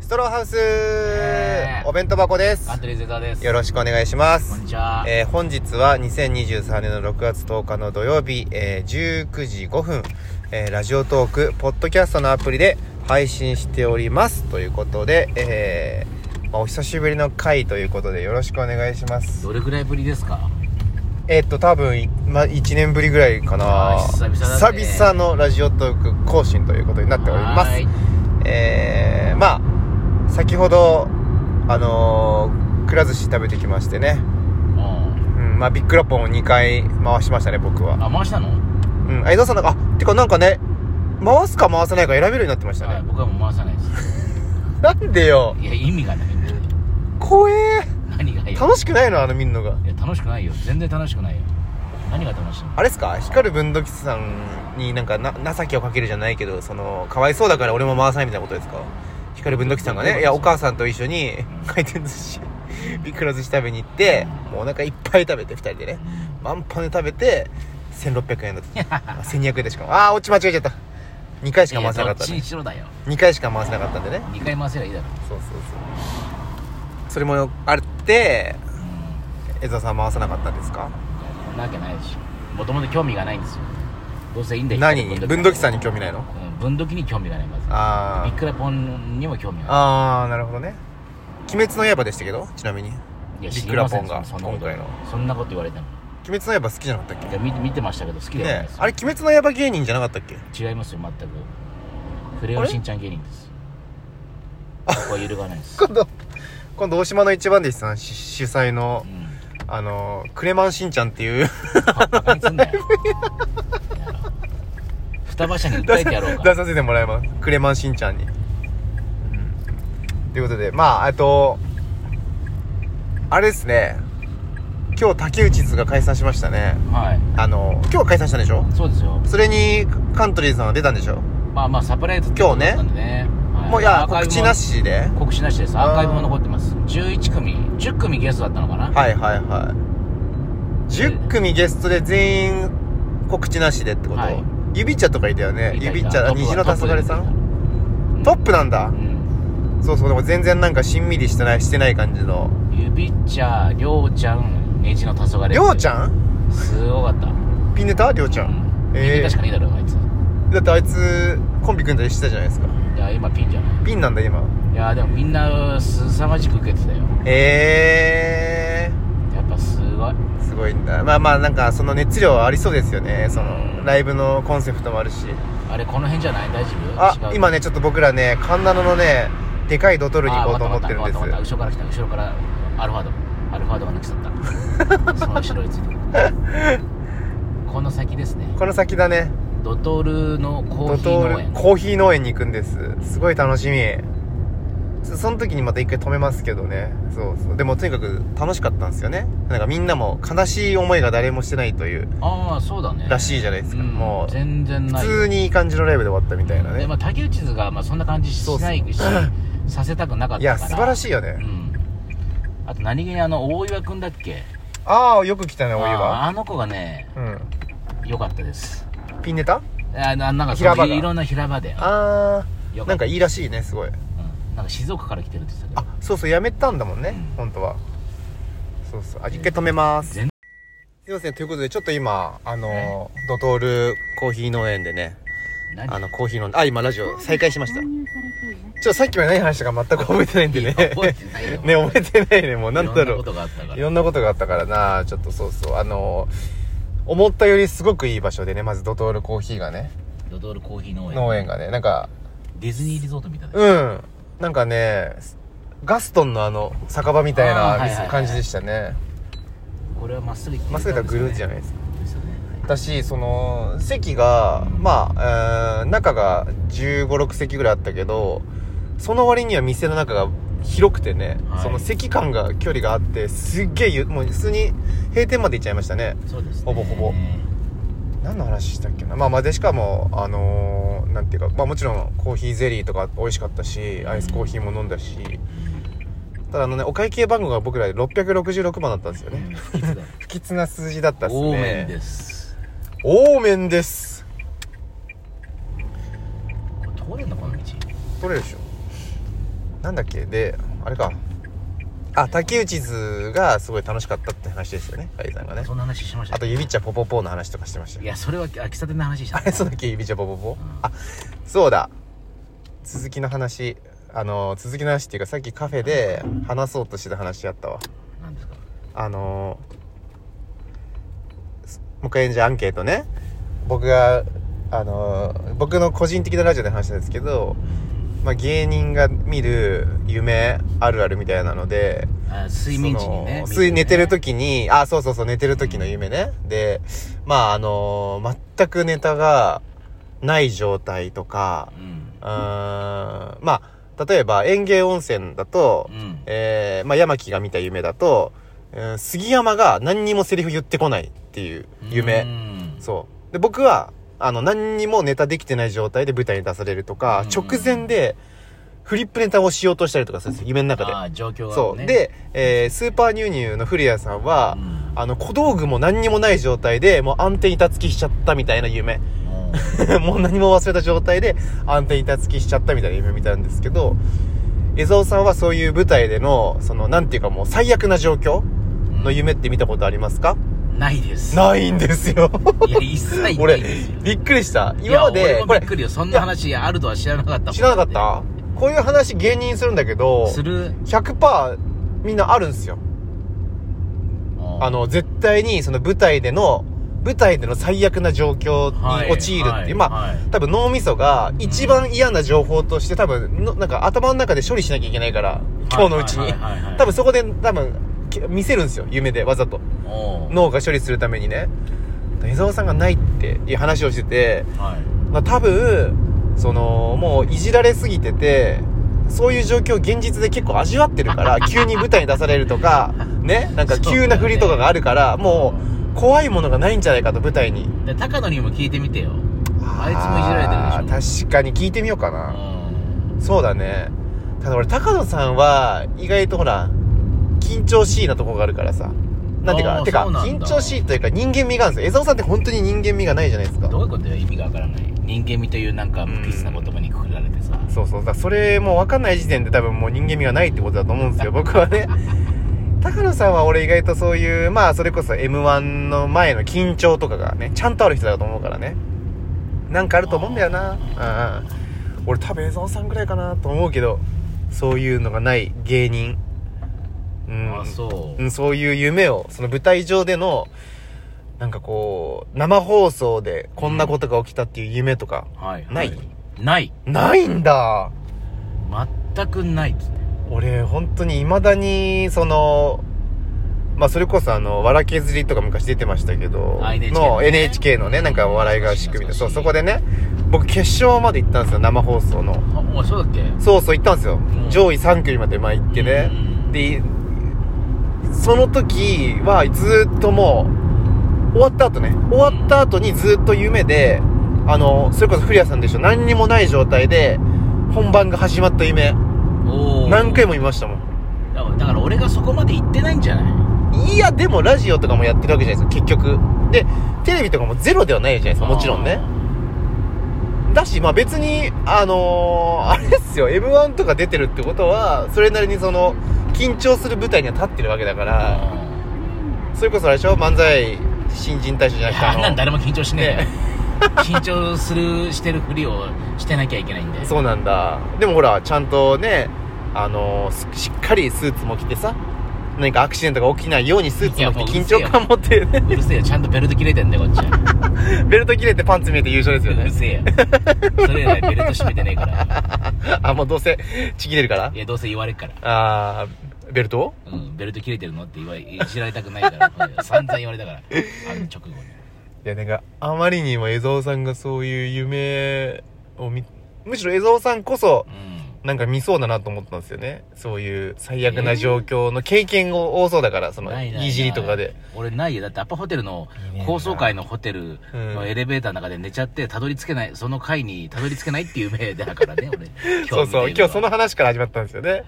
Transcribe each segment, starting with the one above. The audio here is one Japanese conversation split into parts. ストローハウス、えーお弁当箱ですカントリーゼタですよろしくお願いしまこんすにちはえー本日は2023年の6月10日の土曜日、えー19時5分、えーラジオトークポッドキャストのアプリで配信しておりますということで、えーまあ、お久しぶりの回ということでよろしくお願いしますどれぐらいぶりですかえーっと多分い、まあ、1年ぶりぐらいかなあー久々だね久々のラジオトーク更新ということになっておりますはーいえーまあ先ほどあのーくら寿司食べてきましてね、うんうん、まあビックラポンを2回回しましたね僕はあ回したの、うん相沢さんなんかあてかなんかね回すか回さないか選べるようになってましたはい、ね、僕はもう回さないですなんでよいや意味がないんで怖え何がよ楽しくないのあの見んのがいや楽しくないよ全然楽しくないよ何が楽しいのあれっすか光る文土吉さんになんかな情けをかけるじゃないけどそのかわいそうだから俺も回さないみたいなことですか光る文土吉さんがねいやお母さんと一緒に 回転寿司びっくら寿司食べに行ってもうお腹いっぱい食べて2人でね満パンで食べて1600円だったあ1200円でしかもああオチ間違えちゃった2回しか回せなかったいやどっちねにしろだよ2回しか回せなかったんでね2回回せばいいだろそうそうそうそれもあってう江澤さん回さなかったんですかんそんなわけないでしょもともと興味がないんですよどうせいいんだよ何に文土器さんにに興味ないの分度器に興味がないまずああビックラポンにも興味がないあーなるほどね「鬼滅の刃」でしたけどちなみにいやビ知ッりクラまポせンんがそんなこ今と回のそんなこと言われても「鬼滅の刃」好きじゃなかったっいや見見てましたけど好きけではないねでえす、あれ「鬼滅の刃」芸人じゃなかったっ け違いますよ全くクレヨンしんちゃん芸人ですここは揺るがないです、今度今度大島の一番弟子さんし主催のうんあのクレマンしんちゃんっていう バカにすんなよ双葉社に訴えてやろう出かさせてもらいますクレマンしんちゃんに、うん、ということでまああとあれですね今日竹内図が解散しましたねはいあの今日解散したんでしょそうですよそれにカントリーさんは出たんでしょまあまあサプライズって今日ねことだったんでねはもういアやーカ告イブも知なしで告知なしですアーカイブも残ってます11組10組ゲストだったのかなはいはいはい10組ゲストで全員告知なしでってこと、はいゆびっちゃとかいたよねいゆたいたびっちゃトップ虹の黄昏さんトトッップなんだうんそうそうでも全然なんかしんみりしてないしてない感じのゆびちゃりょうちゃんねじの黄昏りょうちんゃんすごかったピンネタりょうちゃん、うんえピーン確かにいいだろあいついだってあいつコンビ組んだりしてたじゃないですかや今ピンじゃないピンなんだ今いやでもみんなすさまじく受けてたよえやっぱすごいー、すごいんだまあまあなんかその熱量はありそうですよねそのライブのコンセプトもあるしあれこの辺じゃない大丈夫あ今ねちょっと僕らね神田野のねでかいドトールに行こうと思ってるんですあわかったわかった後ろから来た後ろからアルファードアルファードが抜き去った その後ろについてくるこの先ですねこの先だねドトールのコードヒート農ール園コーヒー農園に行くんですすごい楽しみそその時にまた一回止めますけどねそうそうでもとにかく楽しかったんですよねなんかみんなも悲しい思いが誰もしてないというああそうだねらしいじゃないですか、うんもう全然ない普通にいい感じのライブで終わったみたいなねでまあ、竹内図が、まあ、そんな感じしないしさせたくなかったからいや素晴らい、しいよね、うん、あと何気にあの大岩君だっけああよく来たねお湯あはあの子がねうん良かったですピンネタあななんか平場そうがいういろんな平場であよあなかっんたかいいらしいねすごいうんなんか静岡から来てるって言ってたあけどそうそうやめたんだもんね、うん本当はそうそうあ一回止めますす全いませんということでちょっと今あのドトールコーヒー農園でね何あのコーヒー飲んであ今ラジオ再開しましたち購入されていますょっとさっきまで何話したか全く覚えてないんでね覚えてないよ ね覚えてないねもうなんだいろんなろことがあったかういらろんなことがあったからなちょっとそうそうあの思ったよりすごくいい場所でねまずドトールコーヒーがねドトールコーヒー農園農園がねなんかディズニーリゾートみたいな、うんなんかねガストンのあの酒場みたいあーはいはいはない感じでしたねこれはまっすぐ行ってまっすぐ行ったらグルーじゃないですかですよねだしその席がまあ、えー中が1 5 6席ぐらいあったけどその割には店の中が広くてね、はいその席間が距離があってすっげえゆもう普通に閉店まで行っちゃいましたねそうですねほぼほぼ何の話したっけなまあまあでしかもあのーなんていうかまあもちろんコーヒーゼリーとか美味しかったしアイスコーヒーも飲んだしただあのねお会計番号が僕らで666番だったんですようねん不 吉だ不吉な数字だったっすねオーメンですオーメンですこれ通れんのこの道取れるでしょなんだっけであれかあ竹内図がすごい楽しかったって話ですよね海さんがねそんな話しましたあっけと指茶ポポポーの話とかしてましたよいやそれはあ喫茶店の話したあれ そうだっけ指茶ポポポーんあそうだ続きの話あの続きの話っていうかさっきカフェで話そうとしてた話やったわなんですかあのすもう一回じゃあアンケートね僕があの僕の個人的なラジオで話したんですけど、まあ、芸人が見る夢あるあるみたいなのであ睡眠時にねその睡見寝てる時にあそうそうそう寝てる時の夢ねでまああの全くネタがない状態とかうんうーんまあ例えば園芸温泉だと、うんえーまあ、山木が見た夢だと、うん杉山が何にもセリフ言ってこないっていう夢、うんそうで僕はあの何にもネタできてない状態で舞台に出されるとか、うん直前でフリップネタをしようとしたりとかするんですよ夢の中でああ状況がねそう。で、えースーパーニューニューの古谷さんはう、んあの、小道具も何にもない状態で、もう安定板付きしちゃったみたいな夢。 もうもう何も忘れた状態で、安定板付きしちゃったみたいな夢見たんですけど、江蔵さんはそういう舞台での、その、なんていうかもう最悪な状況の夢って見たことありますかないですないんですよ。いや一切ない俺ですよ、びっくりした。今まいやで俺、こもびれっ、くりよそんな話あるとは知らなかったもん知らなかったこういう話芸人するんだけど、する100%みんなあるんですよ。あの、絶対にその舞台での、舞台での最悪な状況に陥るっていう、まあ、あ多分脳みそが一番嫌な情報として多分の、なんか頭の中で処理しなきゃいけないから、今日のうちに。多分そこで多分け見せるんですよ、夢でわざと。の脳が処理するためにね。江沢さんがないっていう話をしてて、はいまあ、多分、その、もういじられすぎてて、そういう状況を現実で結構味わってる から、急に舞台に出されるとか、ね、なんか急な振りとかがあるから、もう、怖いものがないんじゃないかと舞台にで高野にも聞いてみてよあいつもいじられてるでしょしょ確かに聞いてみようかうな、んそうだねただ俺高野さんは意外とほら緊張しいなとこがあるからさなんていうあかーてかそうなん緊だ張しいというか人間味があるんですよ江澤さんって本当に人間味がないじゃないですかどういうことよ意味がわからない人間味というなんか不吉な言葉にくくられてさそうそうだからそれもう分かんない時点で多分もう人間味がないってことだと思うんです よ僕はね高野さんは俺意外とそういうまあそれこそ m 1の前の緊張とかがねちゃんとある人だと思うからねなんかあると思うんだよなうんうん俺多分江沢さんぐらいかなと思うけどそういうのがない芸人うんあそううんそういう夢をその舞台上でのなんかこう生放送でこんなことが起きたっていう夢とか、はいはないないないんだ全くないっつって俺本当にいまだにそのまあそれこそあの「わら削り」とか昔出てましたけどあ NHK ののね NHK のねなんかお笑い合宿みたいなそう懐かしいそこでね僕決勝まで行ったんですよ生放送のあおいそうだっけそうそう行ったんですよん上位3組までまあ行ってねうんでその時はずっともう終わった後ね終わった後にずっと夢であのそれこそ古谷さんでしょ何にもない状態で本番が始まった夢おー何回も見ましたもんだからだから俺がそこまで行ってないんじゃないいや、でもラジオとかもやってるわけじゃないですか、結局。で、テレビとかもゼロではないじゃないですか、もちろんね。だし、まあ別に、あのーあ れですよ、M1 とか出てるってことは、それなりにその、緊張する舞台には立ってるわけだかあーら、それこそあれでしょ、漫才新人大賞じゃなくて、あんなんあ誰も緊張しねねえよ 緊張するしてるふりをしてなきゃいけないんでの、そうなんだ。でもほら、ちゃんとね、あのーすしっかりスーツも着てさ、何かアクシデントが起きないようにスーツも着ていやもうう緊るせえ張よ感持って、ね、うるせえよちゃんとベルト切れてんだよ こっちはベルト切れてパンツ見えて優勝ですようるね。せえよそれよりベルト締めてねえからあ、もうどうせちぎれるからいやどうせ言われっからあーベルトうん、ベルト切れてるのって言われいじられたくないから散々言われたからあの直後にいやなんかあまりにも江蔵さんがそういう夢を見むしろ江蔵さんこそうんなんか見そうだなと思ったんですよねそういう最悪な状況の経験を多そうだからそのないないないいじりとかで俺ないよだってアッパホテルのいね高層階のホテルうんのエレベーターの中で寝ちゃってたどり着けない その階にたどり着けないっていう夢だからね俺そうそう見て今日るのその話から始まったんですよね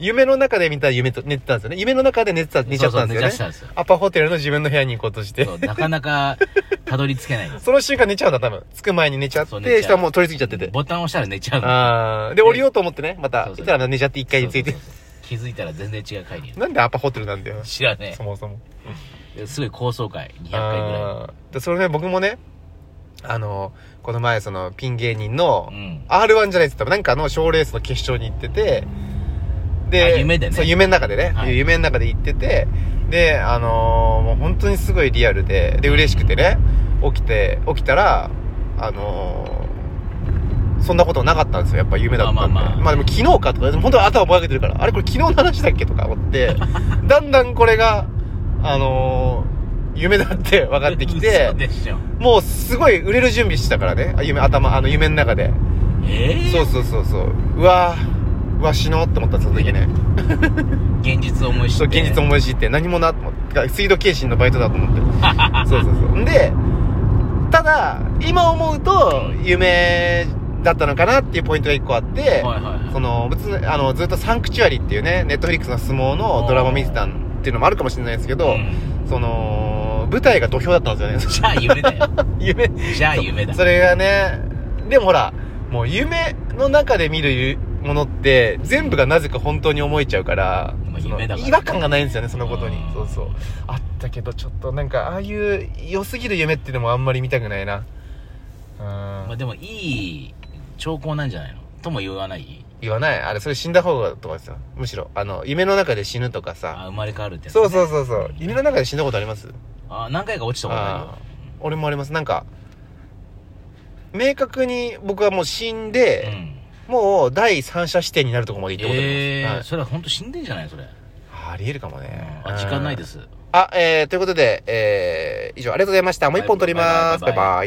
夢の中で見たら夢と寝てたんですよね。夢の中で寝てた、寝ちゃったんですよね。そうそう寝ちゃったんですよアパホテルの自分の部屋に行こうとして。そそうなかなかたどり着けないんですの瞬間寝ちゃうんだ、多分。着く前に寝ちゃっそう寝ちゃて、う下もう取り付いちゃってて。ボタン押したら寝ちゃうのあー。で、降りようと思ってね、また。そういそうたら寝ちゃって一回についてそう。そうそう気づいたら全然違う回にいるなんでアパホテルなんだよ。知らねそもそも。えすごい高層階200回ぐらあーでそれね、僕もね、あの、この前、その、ピン芸人のい、うん、 R1 じゃないっつったらなんかの賞レースの決勝に行ってて、あ夢でねそう、夢の中でね、はい夢の中で行ってて、で、あのーもう本当にすごいリアルで、で、嬉しくてね、起きて、起きたら、あのーそんなことなかったんですよ。やっぱ夢だったんで。まあまあまあでも昨日かとか、本当に頭ぼやけてるから、あれこれ昨日の話だっけとか思 って、だんだんこれが、あのー夢だって分かってきて嘘、でしょもうすごい売れる準備してたからね、あ夢、頭、あの夢の中で。ええそうそうそうそううわーうわ死のうって思ったその時ね現実を思い知そうって現実思い知って何もなと思って水道検診のバイトだと思って そうそうそうんでただ今思うと夢だったのかなっていうポイントが一個あって、はいはいはいその別にあのずっと「サンクチュアリ」っていうねネットフリックスの相撲のドラマ見てたんっていうのもあるかもしれないですけど、うんその舞台が土俵だったんですよね じゃあ夢だよ夢じゃあ夢だそれがねでもほらもう夢の中で見るゆものって全部がなぜか本当に思えちゃうからまあその夢だからね違和感がないんですよねそのことにうんそうそうあったけどちょっとなんかああいう良すぎる夢っていうのもあんまり見たくないなうん、まあでもいい兆候なんじゃないのとも言わない言わないあれそれ死んだ方がとかさむしろあの夢の中で死ぬとかさあ生まれ変わるってやつそねうそうそうそう夢の中で死んだことありますあ何回か落ちたことあるよあ俺もありますなんか明確に僕はもう死んで、うんもう第三者視点になるところまで行ったことあえりえます、それは本当死んでんじゃないそれ、はい、ありえるかもね、あ時間ないですすあえー、ということで、えー、以上ありがとうございましたもう一本撮りますはいバイバイバイバイ